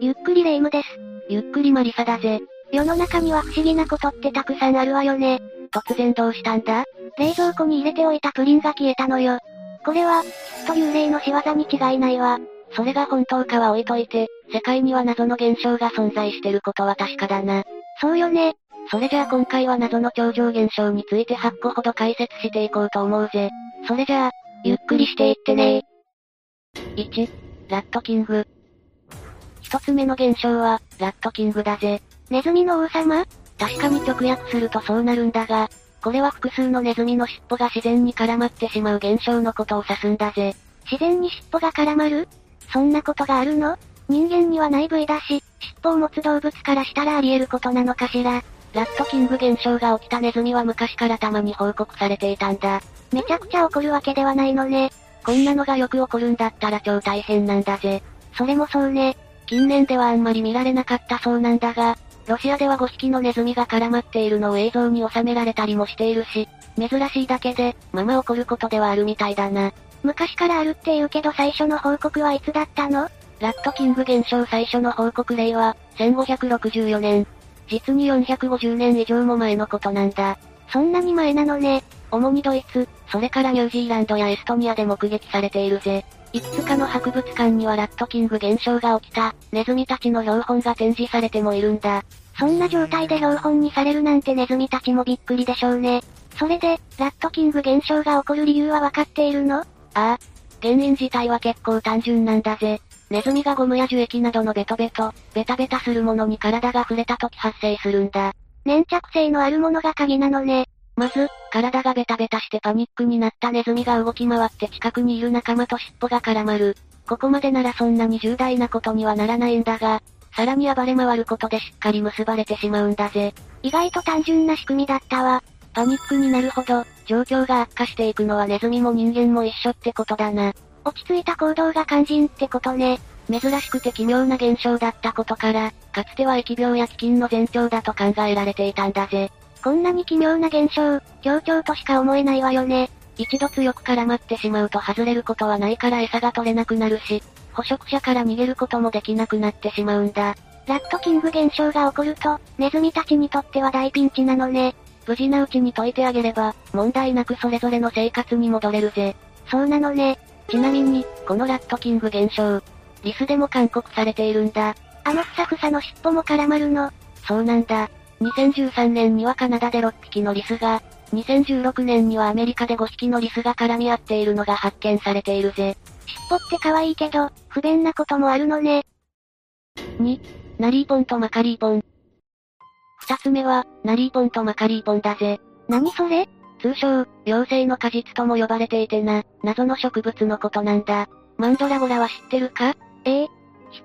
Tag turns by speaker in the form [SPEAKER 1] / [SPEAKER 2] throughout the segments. [SPEAKER 1] ゆっくりレ夢ムです。
[SPEAKER 2] ゆっくりマリサだぜ。
[SPEAKER 1] 世の中には不思議なことってたくさんあるわよね。
[SPEAKER 2] 突然どうしたんだ
[SPEAKER 1] 冷蔵庫に入れておいたプリンが消えたのよ。これは、きっと幽霊の仕業に違いないわ。
[SPEAKER 2] それが本当かは置いといて、世界には謎の現象が存在してることは確かだな。
[SPEAKER 1] そうよね。
[SPEAKER 2] それじゃあ今回は謎の超常現象について8個ほど解説していこうと思うぜ。それじゃあ、ゆっくりしていってね1、ラットキング。一つ目の現象は、ラットキングだぜ。
[SPEAKER 1] ネズミの王様
[SPEAKER 2] 確かに直訳するとそうなるんだが、これは複数のネズミの尻尾が自然に絡まってしまう現象のことを指すんだぜ。
[SPEAKER 1] 自然に尻尾が絡まるそんなことがあるの人間にはない部位だし、尻尾を持つ動物からしたらあり得ることなのかしら。
[SPEAKER 2] ラットキング現象が起きたネズミは昔からたまに報告されていたんだ。
[SPEAKER 1] めちゃくちゃ怒るわけではないのね。
[SPEAKER 2] こんなのがよく起こるんだったら超大変なんだぜ。
[SPEAKER 1] それもそうね。
[SPEAKER 2] 近年ではあんまり見られなかったそうなんだが、ロシアでは5匹のネズミが絡まっているのを映像に収められたりもしているし、珍しいだけで、まま起こることではあるみたいだな。
[SPEAKER 1] 昔からあるって言うけど最初の報告はいつだったの
[SPEAKER 2] ラットキング現象最初の報告例は、1564年。実に450年以上も前のことなんだ。
[SPEAKER 1] そんなに前なのね。
[SPEAKER 2] 主にドイツ、それからニュージーランドやエストニアで目撃されているぜ。いくつかの博物館にはラットキング現象が起きた、ネズミたちの標本が展示されてもいるんだ。
[SPEAKER 1] そんな状態で標本にされるなんてネズミたちもびっくりでしょうね。それで、ラットキング現象が起こる理由はわかっているのあ
[SPEAKER 2] あ。原因自体は結構単純なんだぜ。ネズミがゴムや樹液などのベトベト、ベタベタするものに体が触れた時発生するんだ。
[SPEAKER 1] 粘着性のあるものが鍵なのね。
[SPEAKER 2] まず、体がベタベタしてパニックになったネズミが動き回って近くにいる仲間と尻尾が絡まる。ここまでならそんなに重大なことにはならないんだが、さらに暴れ回ることでしっかり結ばれてしまうんだぜ。
[SPEAKER 1] 意外と単純な仕組みだったわ。
[SPEAKER 2] パニックになるほど、状況が悪化していくのはネズミも人間も一緒ってことだな。
[SPEAKER 1] 落ち着いた行動が肝心ってことね。
[SPEAKER 2] 珍しくて奇妙な現象だったことから、かつては疫病や飢饉の前兆だと考えられていたんだぜ。
[SPEAKER 1] こんなに奇妙な現象、強調としか思えないわよね。
[SPEAKER 2] 一度強く絡まってしまうと外れることはないから餌が取れなくなるし、捕食者から逃げることもできなくなってしまうんだ。
[SPEAKER 1] ラットキング現象が起こると、ネズミたちにとっては大ピンチなのね。
[SPEAKER 2] 無事なうちに解いてあげれば、問題なくそれぞれの生活に戻れるぜ。
[SPEAKER 1] そうなのね。
[SPEAKER 2] ちなみに、このラットキング現象、リスでも勧告されているんだ。
[SPEAKER 1] あのふさふさの尻尾も絡まるの。
[SPEAKER 2] そうなんだ。2013年にはカナダで6匹のリスが、2016年にはアメリカで5匹のリスが絡み合っているのが発見されているぜ。
[SPEAKER 1] 尻尾って可愛いけど、不便なこともあるのね。
[SPEAKER 2] 2、ナリーポンとマカリーポン。二つ目は、ナリーポンとマカリーポンだぜ。
[SPEAKER 1] 何それ
[SPEAKER 2] 通称、妖精の果実とも呼ばれていてな、謎の植物のことなんだ。マンドラゴラは知ってるか
[SPEAKER 1] ええ。引っ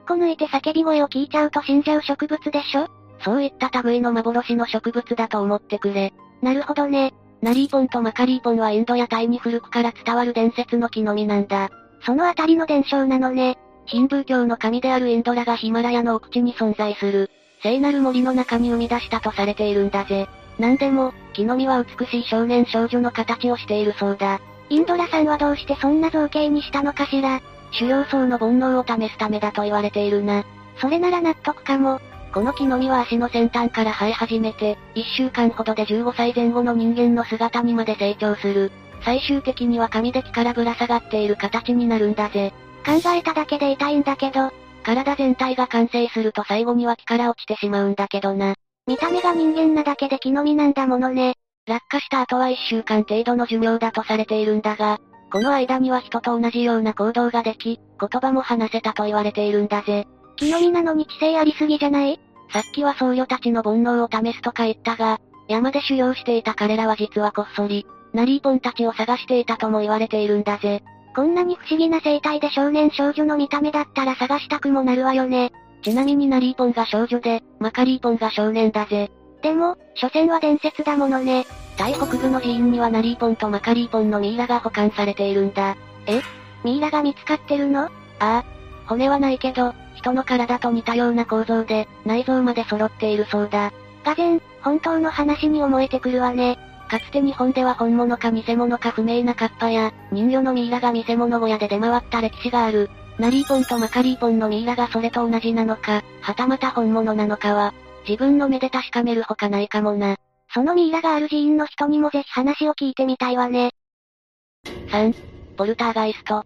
[SPEAKER 1] こ抜いて叫び声を聞いちゃうと死んじゃう植物でしょ
[SPEAKER 2] そういった類の幻の植物だと思ってくれ。
[SPEAKER 1] なるほどね。
[SPEAKER 2] ナリーポンとマカリーポンはインド屋台に古くから伝わる伝説の木の実なんだ。
[SPEAKER 1] そのあたりの伝承なのね。
[SPEAKER 2] ヒンブー教の神であるインドラがヒマラヤの奥地に存在する、聖なる森の中に生み出したとされているんだぜ。なんでも、木の実は美しい少年少女の形をしているそうだ。
[SPEAKER 1] インドラさんはどうしてそんな造形にしたのかしら。
[SPEAKER 2] 狩猟層の煩悩を試すためだと言われているな。
[SPEAKER 1] それなら納得かも。
[SPEAKER 2] この木の実は足の先端から生え始めて、1週間ほどで15歳前後の人間の姿にまで成長する。最終的には神で木からぶら下がっている形になるんだぜ。
[SPEAKER 1] 考えただけで痛いんだけど、
[SPEAKER 2] 体全体が完成すると最後には木から落ちてしまうんだけどな。
[SPEAKER 1] 見た目が人間なだけで木の実なんだものね。
[SPEAKER 2] 落下した後は1週間程度の寿命だとされているんだが、この間には人と同じような行動ができ、言葉も話せたと言われているんだぜ。
[SPEAKER 1] 木の実なのに知性ありすぎじゃない
[SPEAKER 2] さっきは僧侶たちの煩悩を試すとか言ったが、山で修行していた彼らは実はこっそり、ナリーポンたちを探していたとも言われているんだぜ。
[SPEAKER 1] こんなに不思議な生態で少年少女の見た目だったら探したくもなるわよね。
[SPEAKER 2] ちなみにナリーポンが少女で、マカリーポンが少年だぜ。
[SPEAKER 1] でも、所詮は伝説だものね。
[SPEAKER 2] 台北部の寺院にはナリーポンとマカリーポンのミイラが保管されているんだ。
[SPEAKER 1] えミイラが見つかってるのあ
[SPEAKER 2] あ。骨はないけど、人の体と似たような構造で、内臓まで揃っているそうだ。
[SPEAKER 1] がぜ本当の話に思えてくるわね。
[SPEAKER 2] かつて日本では本物か偽物か不明なカッパや、人魚のミイラが偽物小屋で出回った歴史がある。ナリーポンとマカリーポンのミイラがそれと同じなのか、はたまた本物なのかは、自分の目で確かめるほかないかもな。
[SPEAKER 1] そのミイラがある寺院の人にもぜひ話を聞いてみたいわね。
[SPEAKER 2] 3、ポルターガイスト。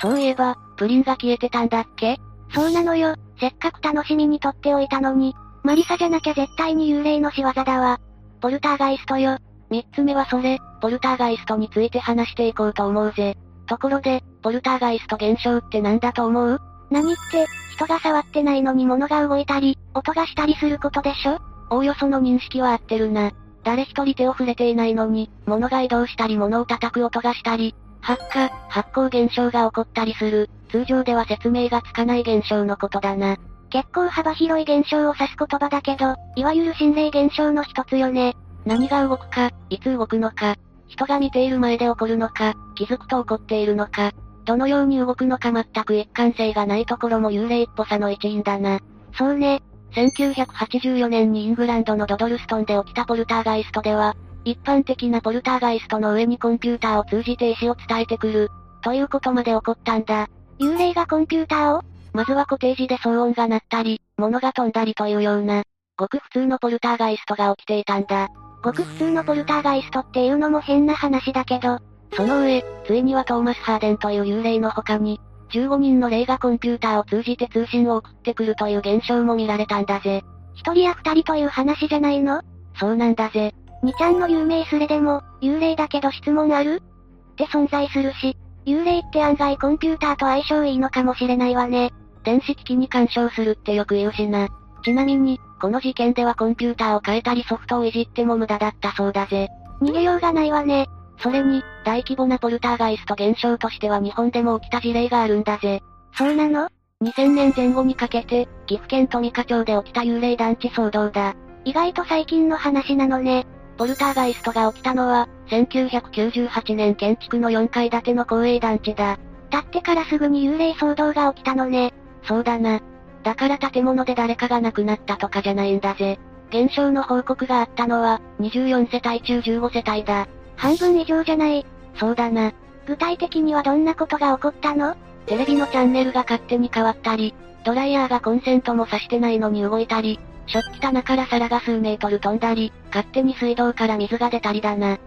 [SPEAKER 2] そういえば、プリンが消えてたんだっけ
[SPEAKER 1] そうなのよ、せっかく楽しみに撮っておいたのに、マリサじゃなきゃ絶対に幽霊の仕業だわ。
[SPEAKER 2] ポルターガイストよ。3つ目はそれ、ポルターガイストについて話していこうと思うぜ。ところで、ポルターガイスト現象って何だと思う
[SPEAKER 1] 何って、人が触ってないのに物が動いたり、音がしたりすることでしょ
[SPEAKER 2] おおよその認識は合ってるな。誰一人手を触れていないのに、物が移動したり物を叩く音がしたり、発火、発光現象が起こったりする、通常では説明がつかない現象のことだな。
[SPEAKER 1] 結構幅広い現象を指す言葉だけど、いわゆる心霊現象の一つよね。
[SPEAKER 2] 何が動くか、いつ動くのか、人が見ている前で起こるのか、気づくと起こっているのか、どのように動くのか全く一貫性がないところも幽霊っぽさの一因だな。
[SPEAKER 1] そうね。
[SPEAKER 2] 1984年にイングランドのドドルストンで起きたポルターガイストでは、一般的なポルターガイストの上にコンピューターを通じて意思を伝えてくる、ということまで起こったんだ。
[SPEAKER 1] 幽霊がコンピューターを
[SPEAKER 2] まずはコテージで騒音が鳴ったり、物が飛んだりというような、ごく普通のポルターガイストが起きていたんだ。
[SPEAKER 1] ごく普通のポルターガイストっていうのも変な話だけど、
[SPEAKER 2] その上、ついにはトーマス・ハーデンという幽霊の他に、15人の霊がコンピューターを通じて通信を送ってくるという現象も見られたんだぜ。
[SPEAKER 1] 一人や二人という話じゃないの
[SPEAKER 2] そうなんだぜ。
[SPEAKER 1] 二ちゃんの有名スレでも、幽霊だけど質問あるって存在するし、幽霊って案外コンピューターと相性いいのかもしれないわね。
[SPEAKER 2] 電子機器に干渉するってよく言うしな。ちなみに、この事件ではコンピューターを変えたりソフトをいじっても無駄だったそうだぜ。
[SPEAKER 1] 逃げようがないわね。
[SPEAKER 2] それに、大規模なポルターガイスト現象としては日本でも起きた事例があるんだぜ。
[SPEAKER 1] そうなの
[SPEAKER 2] ?2000 年前後にかけて、岐阜県富加町で起きた幽霊団地騒動だ。
[SPEAKER 1] 意外と最近の話なのね。
[SPEAKER 2] ポルターガイストが起きたのは、1998年建築の4階建ての公営団地だ。
[SPEAKER 1] 建ってからすぐに幽霊騒動が起きたのね。
[SPEAKER 2] そうだな。だから建物で誰かが亡くなったとかじゃないんだぜ。現象の報告があったのは、24世帯中15世帯だ。
[SPEAKER 1] 半分以上じゃない。
[SPEAKER 2] そうだな。
[SPEAKER 1] 具体的にはどんなことが起こったの
[SPEAKER 2] テレビのチャンネルが勝手に変わったり、ドライヤーがコンセントも挿してないのに動いたり、食器棚から皿が数メートル飛んだり、勝手に水道から水が出たりだな。
[SPEAKER 1] し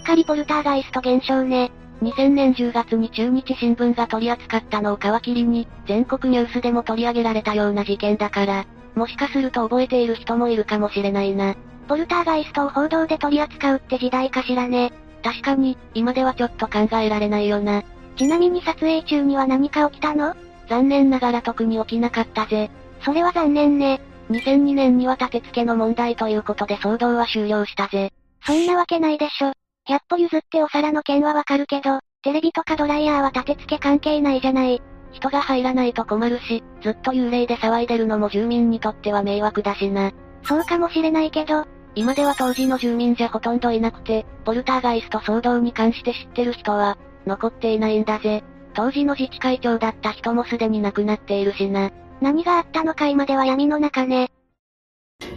[SPEAKER 1] っかりポルターガイスト現象ね。
[SPEAKER 2] 2000年10月に中日新聞が取り扱ったのを皮切りに、全国ニュースでも取り上げられたような事件だから、もしかすると覚えている人もいるかもしれないな。
[SPEAKER 1] ポルターガイストを報道で取り扱うって時代かしらね。
[SPEAKER 2] 確かに、今ではちょっと考えられないよな。
[SPEAKER 1] ちなみに撮影中には何か起きたの
[SPEAKER 2] 残念ながら特に起きなかったぜ。
[SPEAKER 1] それは残念ね。
[SPEAKER 2] 2002年には立て付けの問題ということで騒動は終了したぜ。
[SPEAKER 1] そんなわけないでしょ。100歩譲ってお皿の件はわかるけど、テレビとかドライヤーは立て付け関係ないじゃない。
[SPEAKER 2] 人が入らないと困るし、ずっと幽霊で騒いでるのも住民にとっては迷惑だしな。
[SPEAKER 1] そうかもしれないけど、
[SPEAKER 2] 今では当時の住民じゃほとんどいなくて、ポルターガイスト騒動に関して知ってる人は、残っていないんだぜ。当時の自治会長だった人もすでに亡くなっているしな。
[SPEAKER 1] 何があったのか今では闇の中ね。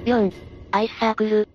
[SPEAKER 2] 4、アイスサークル。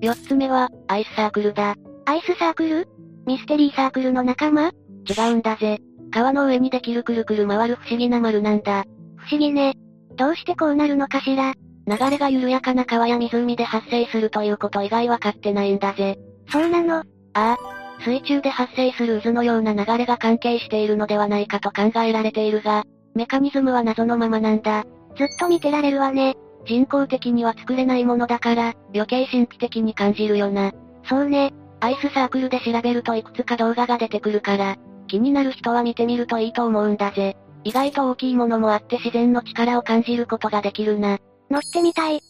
[SPEAKER 2] 4つ目は、アイスサークルだ。
[SPEAKER 1] アイスサークルミステリーサークルの仲間
[SPEAKER 2] 違うんだぜ。川の上にできるくるくる回る不思議な丸なんだ。
[SPEAKER 1] 不思議ね。どうしてこうなるのかしら。
[SPEAKER 2] 流れが緩やかな川や湖で発生するということ以外わかってないんだぜ。
[SPEAKER 1] そうなの。
[SPEAKER 2] ああ。水中で発生する渦のような流れが関係しているのではないかと考えられているが、メカニズムは謎のままなんだ。
[SPEAKER 1] ずっと見てられるわね。
[SPEAKER 2] 人工的には作れないものだから、余計神秘的に感じるよな。
[SPEAKER 1] そうね。
[SPEAKER 2] アイスサークルで調べるといくつか動画が出てくるから、気になる人は見てみるといいと思うんだぜ。意外と大きいものもあって自然の力を感じることができるな。
[SPEAKER 1] 乗ってみたい。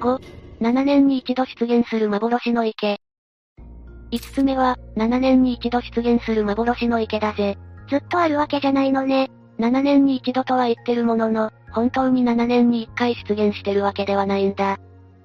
[SPEAKER 2] 5、7年に一度出現する幻の池。5つ目は、7年に一度出現する幻の池だぜ。
[SPEAKER 1] ずっとあるわけじゃないのね。
[SPEAKER 2] 7年に一度とは言ってるものの、本当に7年に1回出現してるわけではないんだ。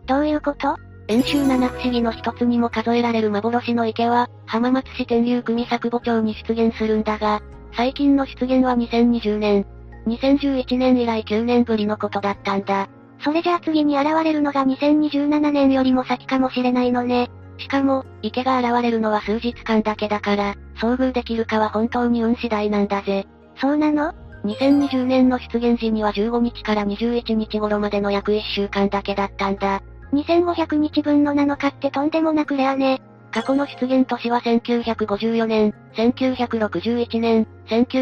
[SPEAKER 1] どういうこと
[SPEAKER 2] 遠州七不思議の一つにも数えられる幻の池は、浜松市天竜組作母町に出現するんだが、最近の出現は2020年、2011年以来9年ぶりのことだったんだ。
[SPEAKER 1] それじゃあ次に現れるのが2027年よりも先かもしれないのね。
[SPEAKER 2] しかも、池が現れるのは数日間だけだから、遭遇できるかは本当に運次第なんだぜ。
[SPEAKER 1] そうなの
[SPEAKER 2] 2020年の出現時には15日から21日頃までの約1週間だけだったんだ。
[SPEAKER 1] 2500日分の7日ってとんでもなくレアね。
[SPEAKER 2] 過去の出現都市は1954年、1961年、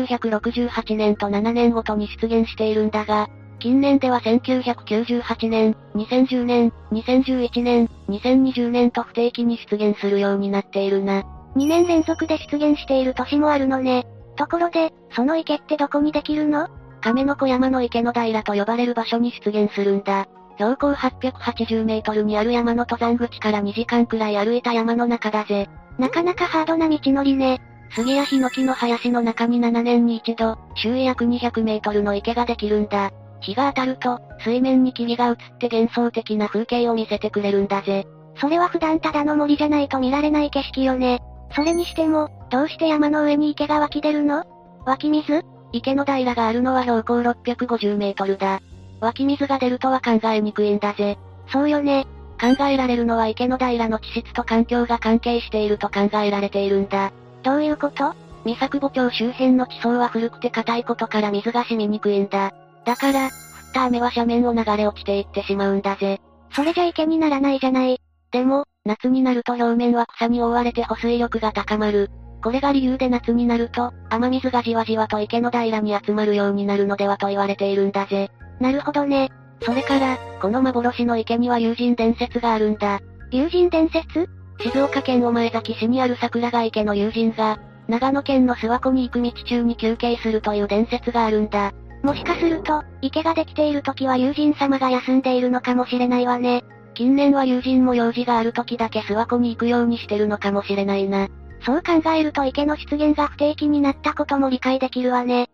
[SPEAKER 2] 1968年と7年ごとに出現しているんだが、近年では1998年、2010年、2011年、2020年と不定期に出現するようになっているな。
[SPEAKER 1] 2年連続で出現している年もあるのね。ところで、その池ってどこにできるの
[SPEAKER 2] 亀の子山の池の平と呼ばれる場所に出現するんだ。標高880メートルにある山の登山口から2時間くらい歩いた山の中だぜ。
[SPEAKER 1] なかなかハードな道のりね。
[SPEAKER 2] 杉やヒノキの林の中に7年に一度、周囲約200メートルの池ができるんだ。日が当たると、水面に霧が映って幻想的な風景を見せてくれるんだぜ。
[SPEAKER 1] それは普段ただの森じゃないと見られない景色よね。それにしても、どうして山の上に池が湧き出るの湧き水
[SPEAKER 2] 池の平があるのは標高650メートルだ。湧き水が出るとは考えにくいんだぜ。
[SPEAKER 1] そうよね。
[SPEAKER 2] 考えられるのは池の平の地質と環境が関係していると考えられているんだ。
[SPEAKER 1] どういうこと
[SPEAKER 2] 三作母町周辺の地層は古くて硬いことから水が染みにくいんだ。だから、降った雨は斜面を流れ落ちていってしまうんだぜ。
[SPEAKER 1] それじゃ池にならないじゃない。
[SPEAKER 2] でも、夏になると表面は草に覆われて保水力が高まる。これが理由で夏になると、雨水がじわじわと池の平に集まるようになるのではと言われているんだぜ。
[SPEAKER 1] なるほどね。
[SPEAKER 2] それから、この幻の池には友人伝説があるんだ。
[SPEAKER 1] 友人伝説
[SPEAKER 2] 静岡県御前崎市にある桜ヶ池の友人が、長野県の諏訪湖に行く道中に休憩するという伝説があるんだ。
[SPEAKER 1] もしかすると、池ができている時は友人様が休んでいるのかもしれないわね。
[SPEAKER 2] 近年は友人も用事がある時だけ諏訪湖に行くようにしてるのかもしれないな。
[SPEAKER 1] そう考えると池の出現が不定期になったことも理解できるわね。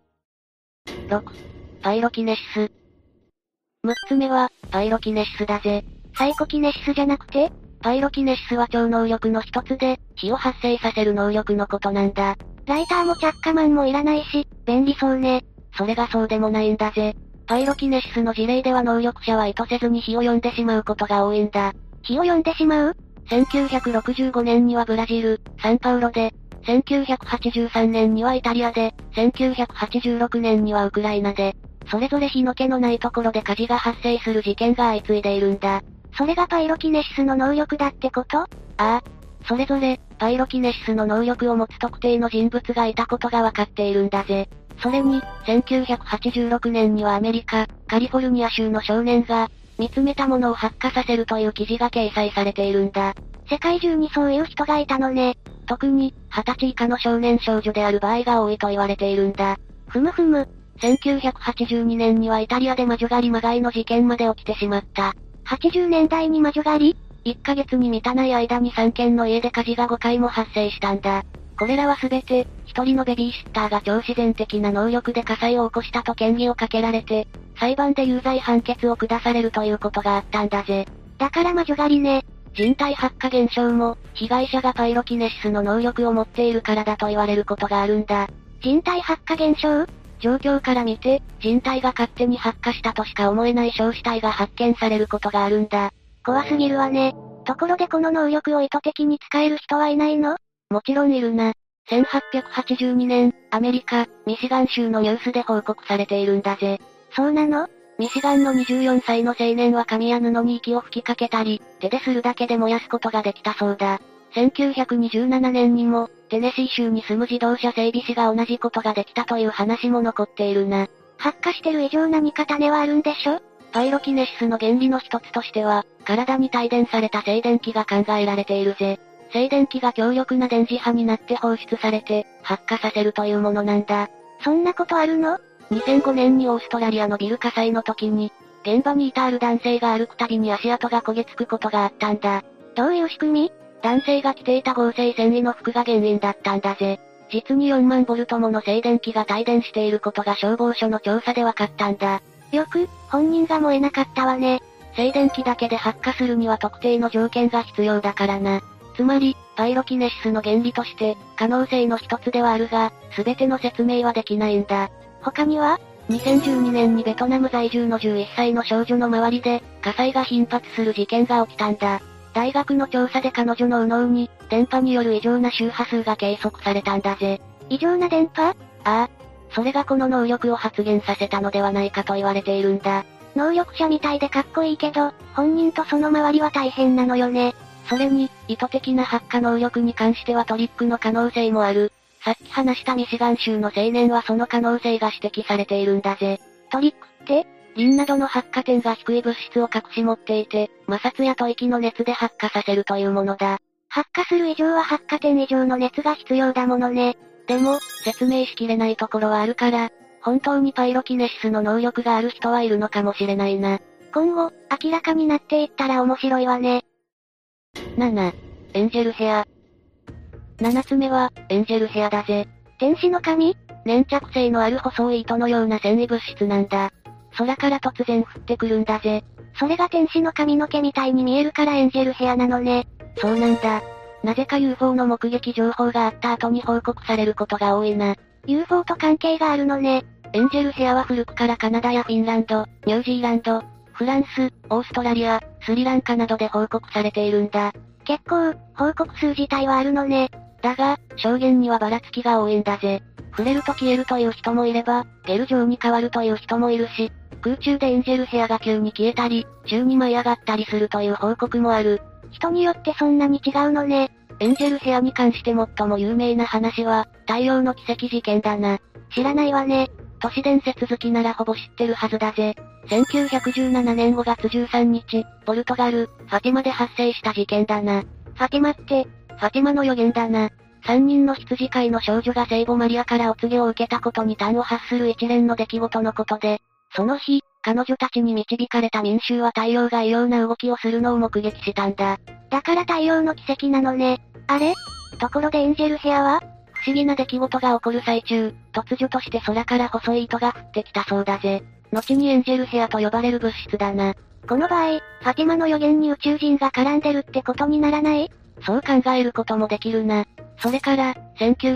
[SPEAKER 2] 6、パイロキネシス。6つ目は、パイロキネシスだぜ。
[SPEAKER 1] サイコキネシスじゃなくて
[SPEAKER 2] パイロキネシスは超能力の一つで、火を発生させる能力のことなんだ。
[SPEAKER 1] ライターも着火マンもいらないし、便利そうね。
[SPEAKER 2] それがそうでもないんだぜ。パイロキネシスの事例では能力者は意図せずに火を読んでしまうことが多いんだ。
[SPEAKER 1] 火を読んでしまう
[SPEAKER 2] ?1965 年にはブラジル、サンパウロで、1983年にはイタリアで、1986年にはウクライナで、それぞれ火の気のないところで火事が発生する事件が相次いでいるんだ。
[SPEAKER 1] それがパイロキネシスの能力だってことあ
[SPEAKER 2] あ。それぞれ、パイロキネシスの能力を持つ特定の人物がいたことがわかっているんだぜ。それに、1986年にはアメリカ、カリフォルニア州の少年が、見つめたものを発火させるという記事が掲載されているんだ。
[SPEAKER 1] 世界中にそういう人がいたのね。
[SPEAKER 2] 特に、20歳以下の少年少女である場合が多いと言われているんだ。
[SPEAKER 1] ふむふむ。
[SPEAKER 2] 1982年にはイタリアで魔女狩りまがいの事件まで起きてしまった。
[SPEAKER 1] 80年代に魔女狩
[SPEAKER 2] り ?1 ヶ月に満たない間に3件の家で火事が5回も発生したんだ。これらはすべて、一人のベビーシッターが超自然的な能力で火災を起こしたと嫌疑をかけられて、裁判で有罪判決を下されるということがあったんだぜ。
[SPEAKER 1] だから魔女狩りね。
[SPEAKER 2] 人体発火現象も、被害者がパイロキネシスの能力を持っているからだと言われることがあるんだ。
[SPEAKER 1] 人体発火現象
[SPEAKER 2] 状況から見て、人体が勝手に発火したとしか思えない焼死体が発見されることがあるんだ。
[SPEAKER 1] 怖すぎるわね。ところでこの能力を意図的に使える人はいないの
[SPEAKER 2] もちろんいるな。1882年、アメリカ、ミシガン州のニュースで報告されているんだぜ。
[SPEAKER 1] そうなの
[SPEAKER 2] ミシガンの24歳の青年は紙や布に息を吹きかけたり、手でするだけで燃やすことができたそうだ。1927年にも、テネシー州に住む自動車整備士が同じことができたという話も残っているな。
[SPEAKER 1] 発火してる以上何か種はあるんでしょ
[SPEAKER 2] パイロキネシスの原理の一つとしては、体に帯電された静電気が考えられているぜ。静電気が強力な電磁波になって放出されて、発火させるというものなんだ。
[SPEAKER 1] そんなことあるの
[SPEAKER 2] ?2005 年にオーストラリアのビル火災の時に、現場にいたある男性が歩くたびに足跡が焦げつくことがあったんだ。
[SPEAKER 1] どういう仕組み
[SPEAKER 2] 男性が着ていた合成繊維の服が原因だったんだぜ。実に4万ボルトもの静電気が帯電していることが消防署の調査で分かったんだ。
[SPEAKER 1] よく、本人が燃えなかったわね。
[SPEAKER 2] 静電気だけで発火するには特定の条件が必要だからな。つまり、パイロキネシスの原理として、可能性の一つではあるが、全ての説明はできないんだ。
[SPEAKER 1] 他には
[SPEAKER 2] ?2012 年にベトナム在住の11歳の少女の周りで、火災が頻発する事件が起きたんだ。大学の調査で彼女の右脳に、電波による異常な周波数が計測されたんだぜ。
[SPEAKER 1] 異常な電波
[SPEAKER 2] ああ、それがこの能力を発現させたのではないかと言われているんだ。
[SPEAKER 1] 能力者みたいでかっこいいけど、本人とその周りは大変なのよね。
[SPEAKER 2] それに、意図的な発火能力に関してはトリックの可能性もある。さっき話したミシガン州の青年はその可能性が指摘されているんだぜ。
[SPEAKER 1] トリックって
[SPEAKER 2] リンなどの発火点が低い物質を隠し持っていて、摩擦や吐息の熱で発火させるというものだ。
[SPEAKER 1] 発火する以上は発火点以上の熱が必要だものね。
[SPEAKER 2] でも、説明しきれないところはあるから、本当にパイロキネシスの能力がある人はいるのかもしれないな。
[SPEAKER 1] 今後、明らかになっていったら面白いわね。
[SPEAKER 2] 7、エンジェルヘア。7つ目は、エンジェルヘアだぜ。
[SPEAKER 1] 天使の髪
[SPEAKER 2] 粘着性のある細い糸のような繊維物質なんだ。空から突然降ってくるんだぜ。
[SPEAKER 1] それが天使の髪の毛みたいに見えるからエンジェルヘアなのね。
[SPEAKER 2] そうなんだ。なぜか UFO の目撃情報があった後に報告されることが多いな。
[SPEAKER 1] UFO と関係があるのね。
[SPEAKER 2] エンジェルヘアは古くからカナダやフィンランド、ニュージーランド、フランス、オーストラリア、スリランカなどで報告されているんだ。
[SPEAKER 1] 結構、報告数自体はあるのね。
[SPEAKER 2] だが、証言にはばらつきが多いんだぜ。触れると消えるという人もいれば、ゲル状に変わるという人もいるし、空中でエンジェルヘアが急に消えたり、宙に舞い上がったりするという報告もある。
[SPEAKER 1] 人によってそんなに違うのね。
[SPEAKER 2] エンジェルヘアに関して最も有名な話は、太陽の奇跡事件だな。
[SPEAKER 1] 知らないわね。
[SPEAKER 2] 都市伝説好きならほぼ知ってるはずだぜ。1917年5月13日、ポルトガル、ファティマで発生した事件だな。フ
[SPEAKER 1] ァティマって、
[SPEAKER 2] ファティマの予言だな。3人の羊飼いの少女が聖母マリアからお告げを受けたことに端を発する一連の出来事のことで、その日、彼女たちに導かれた民衆は太陽が異様な動きをするのを目撃したんだ。
[SPEAKER 1] だから太陽の奇跡なのね。あれところでエンジェルヘアは
[SPEAKER 2] 不思議な出来事が起こる最中、突如として空から細い糸が降ってきたそうだぜ。後にエンジェルヘアと呼ばれる物質だな。
[SPEAKER 1] この場合、ファティマの予言に宇宙人が絡んでるってことにならない
[SPEAKER 2] そう考えることもできるな。それから、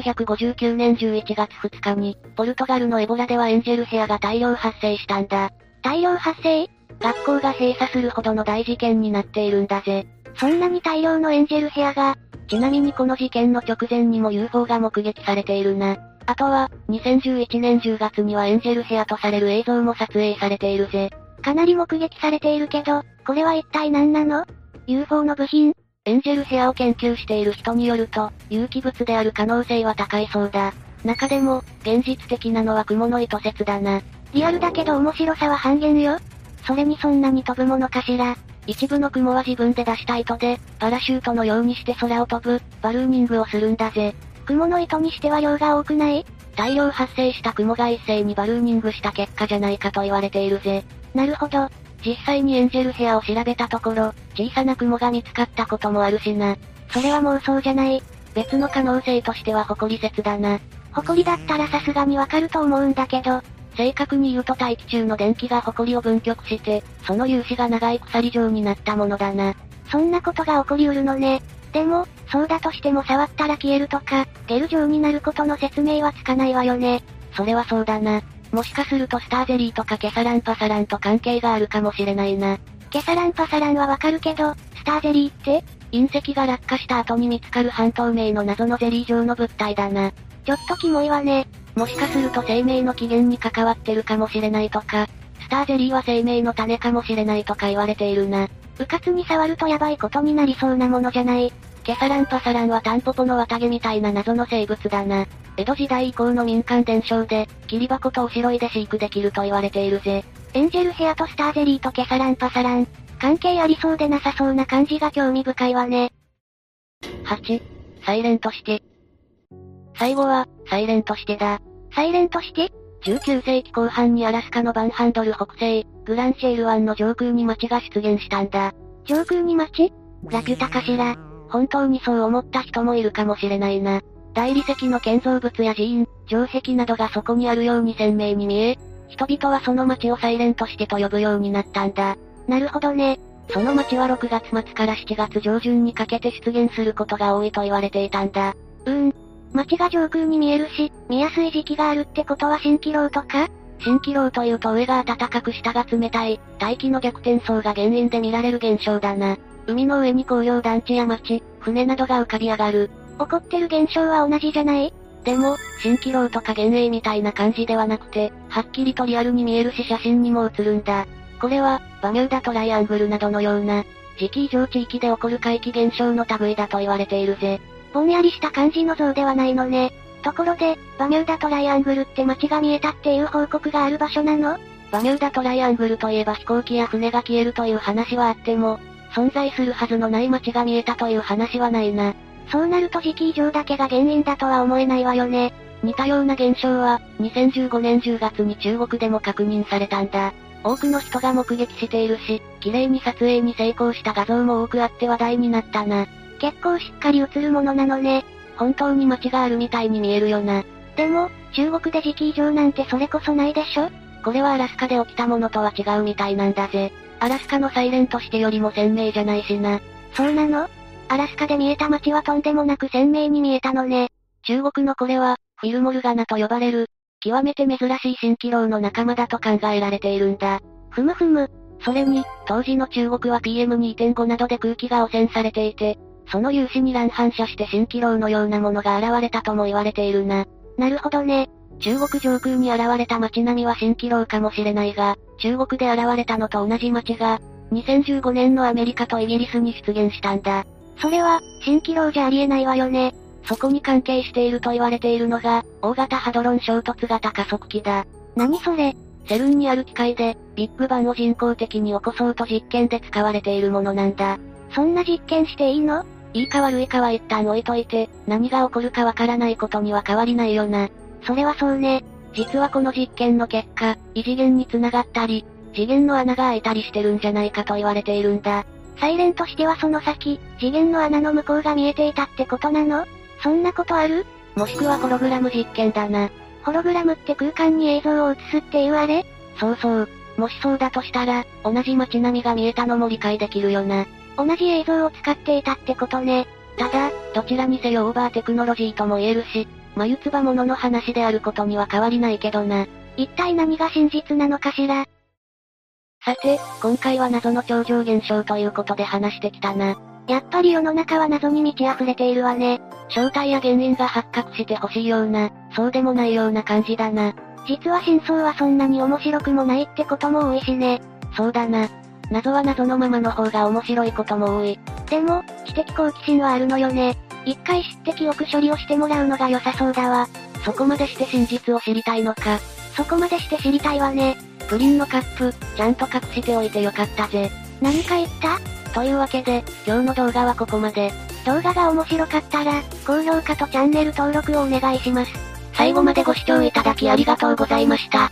[SPEAKER 2] 1959年11月2日に、ポルトガルのエボラではエンジェルヘアが大量発生したんだ。
[SPEAKER 1] 大量発生
[SPEAKER 2] 学校が閉鎖するほどの大事件になっているんだぜ。
[SPEAKER 1] そんなに大量のエンジェルヘアが、
[SPEAKER 2] ちなみにこの事件の直前にも UFO が目撃されているな。あとは、2011年10月にはエンジェルヘアとされる映像も撮影されているぜ。
[SPEAKER 1] かなり目撃されているけど、これは一体何なの ?UFO の部品
[SPEAKER 2] エンジェルヘアを研究している人によると、有機物である可能性は高いそうだ。中でも、現実的なのは雲の糸説だな。
[SPEAKER 1] リアルだけど面白さは半減よ。それにそんなに飛ぶものかしら。
[SPEAKER 2] 一部の雲は自分で出した糸で、パラシュートのようにして空を飛ぶ、バルーニングをするんだぜ。
[SPEAKER 1] 雲の糸にしては量が多くない
[SPEAKER 2] 大量発生した雲が一斉にバルーニングした結果じゃないかと言われているぜ。
[SPEAKER 1] なるほど。
[SPEAKER 2] 実際にエンジェルヘアを調べたところ、小さな雲が見つかったこともあるしな。
[SPEAKER 1] それは妄想じゃない。
[SPEAKER 2] 別の可能性としては誇り説だな。
[SPEAKER 1] 誇りだったらさすがにわかると思うんだけど、
[SPEAKER 2] 正確に言うと大気中の電気が埃を分極して、その粒子が長い鎖状になったものだな。
[SPEAKER 1] そんなことが起こりうるのね。でも、そうだとしても触ったら消えるとか、ゲル状になることの説明はつかないわよね。
[SPEAKER 2] それはそうだな。もしかするとスターゼリーとかケサランパサランと関係があるかもしれないな。
[SPEAKER 1] ケサランパサランはわかるけど、スターゼリーって
[SPEAKER 2] 隕石が落下した後に見つかる半透明の謎のゼリー状の物体だな。
[SPEAKER 1] ちょっとキモいわね。
[SPEAKER 2] もしかすると生命の起源に関わってるかもしれないとか、スターゼリーは生命の種かもしれないとか言われているな。
[SPEAKER 1] うかつに触るとやばいことになりそうなものじゃない。
[SPEAKER 2] ケサランパサランはタンポポの綿毛みたいな謎の生物だな。江戸時代以降の民間伝承で、切り箱とおしろいで飼育できると言われているぜ。
[SPEAKER 1] エンジェルヘアとスターゼリーとケサランパサラン、関係ありそうでなさそうな感じが興味深いわね。
[SPEAKER 2] 8、サイレントシティ。最後は、サイレントシティだ。
[SPEAKER 1] サイレントシティ
[SPEAKER 2] ?19 世紀後半にアラスカのバンハンドル北西、グランシェール湾の上空に街が出現したんだ。
[SPEAKER 1] 上空に街
[SPEAKER 2] ラピュタかしら。本当にそう思った人もいるかもしれないな。大理石の建造物や寺院、城壁などがそこにあるように鮮明に見え、人々はその街をサイレントシティと呼ぶようになったんだ。
[SPEAKER 1] なるほどね。
[SPEAKER 2] その街は6月末から7月上旬にかけて出現することが多いと言われていたんだ。
[SPEAKER 1] うん、街が上空に見えるし、見やすい時期があるってことは蜃気楼とか
[SPEAKER 2] 蜃気楼というと上が暖かく下が冷たい、大気の逆転層が原因で見られる現象だな。海の上に工業団地や町、船などが浮かび上がる。
[SPEAKER 1] 起こってる現象は同じじゃない
[SPEAKER 2] でも、蜃気楼とか幻影みたいな感じではなくて、はっきりとリアルに見えるし写真にも写るんだ。これは、バミューダトライアングルなどのような、磁気異常地域で起こる怪奇現象の類だと言われているぜ。
[SPEAKER 1] ぼんやりした感じの像ではないのね。ところで、バミューダトライアングルって街が見えたっていう報告がある場所なの
[SPEAKER 2] バミューダトライアングルといえば飛行機や船が消えるという話はあっても、存在するはずのない街が見えたという話はないな。
[SPEAKER 1] そうなると時期異常だけが原因だとは思えないわよね。
[SPEAKER 2] 似たような現象は、2015年10月に中国でも確認されたんだ。多くの人が目撃しているし、綺麗に撮影に成功した画像も多くあって話題になったな。
[SPEAKER 1] 結構しっかり映るものなのね。
[SPEAKER 2] 本当に街があるみたいに見えるよな。
[SPEAKER 1] でも、中国で時期異常なんてそれこそないでしょ
[SPEAKER 2] これはアラスカで起きたものとは違うみたいなんだぜ。アラスカのサイレントしてよりも鮮明じゃないしな。
[SPEAKER 1] そうなのアラスカで見えた街はとんでもなく鮮明に見えたのね。
[SPEAKER 2] 中国のこれは、フィルモルガナと呼ばれる、極めて珍しい蜃気楼の仲間だと考えられているんだ。
[SPEAKER 1] ふむふむ。
[SPEAKER 2] それに、当時の中国は PM2.5 などで空気が汚染されていて、その粒子に乱反射して蜃気楼のようなものが現れたとも言われているな。
[SPEAKER 1] なるほどね。
[SPEAKER 2] 中国上空に現れた街並みは蜃気楼かもしれないが、中国で現れたのと同じ街が、2015年のアメリカとイギリスに出現したんだ。
[SPEAKER 1] それは、蜃気楼じゃありえないわよね。
[SPEAKER 2] そこに関係していると言われているのが、大型ハドロン衝突型加速器だ。
[SPEAKER 1] 何それ
[SPEAKER 2] セルンにある機械で、ビッグバンを人工的に起こそうと実験で使われているものなんだ。
[SPEAKER 1] そんな実験していいの
[SPEAKER 2] いいか悪いかは一旦置いといて、何が起こるかわからないことには変わりないよな。
[SPEAKER 1] それはそうね。
[SPEAKER 2] 実はこの実験の結果、異次元に繋がったり、次元の穴が開いたりしてるんじゃないかと言われているんだ。
[SPEAKER 1] サイレンとしてはその先、次元の穴の向こうが見えていたってことなのそんなことある
[SPEAKER 2] もしくはホログラム実験だな。
[SPEAKER 1] ホログラムって空間に映像を映すっていうあれ
[SPEAKER 2] そうそう。もしそうだとしたら、同じ街並みが見えたのも理解できるよな。
[SPEAKER 1] 同じ映像を使っていたってことね。
[SPEAKER 2] ただ、どちらにせよオーバーテクノロジーとも言えるし、眉唾物の話であることには変わりないけどな。
[SPEAKER 1] 一体何が真実なのかしら
[SPEAKER 2] さて、今回は謎の超常現象ということで話してきたな。
[SPEAKER 1] やっぱり世の中は謎に満ち溢れているわね。
[SPEAKER 2] 正体や原因が発覚してほしいような、そうでもないような感じだな。
[SPEAKER 1] 実は真相はそんなに面白くもないってことも多いしね。
[SPEAKER 2] そうだな。謎は謎のままの方が面白いことも多い。
[SPEAKER 1] でも、知的好奇心はあるのよね。一回知って記憶処理をしてもらうのが良さそうだわ。
[SPEAKER 2] そこまでして真実を知りたいのか。
[SPEAKER 1] そこまでして知りたいわね。
[SPEAKER 2] プリンのカップ、ちゃんと隠しておいてよかったぜ。
[SPEAKER 1] 何か言った
[SPEAKER 2] というわけで、今日の動画はここまで。
[SPEAKER 1] 動画が面白かったら、高評価とチャンネル登録をお願いします。
[SPEAKER 2] 最後までご視聴いただきありがとうございました。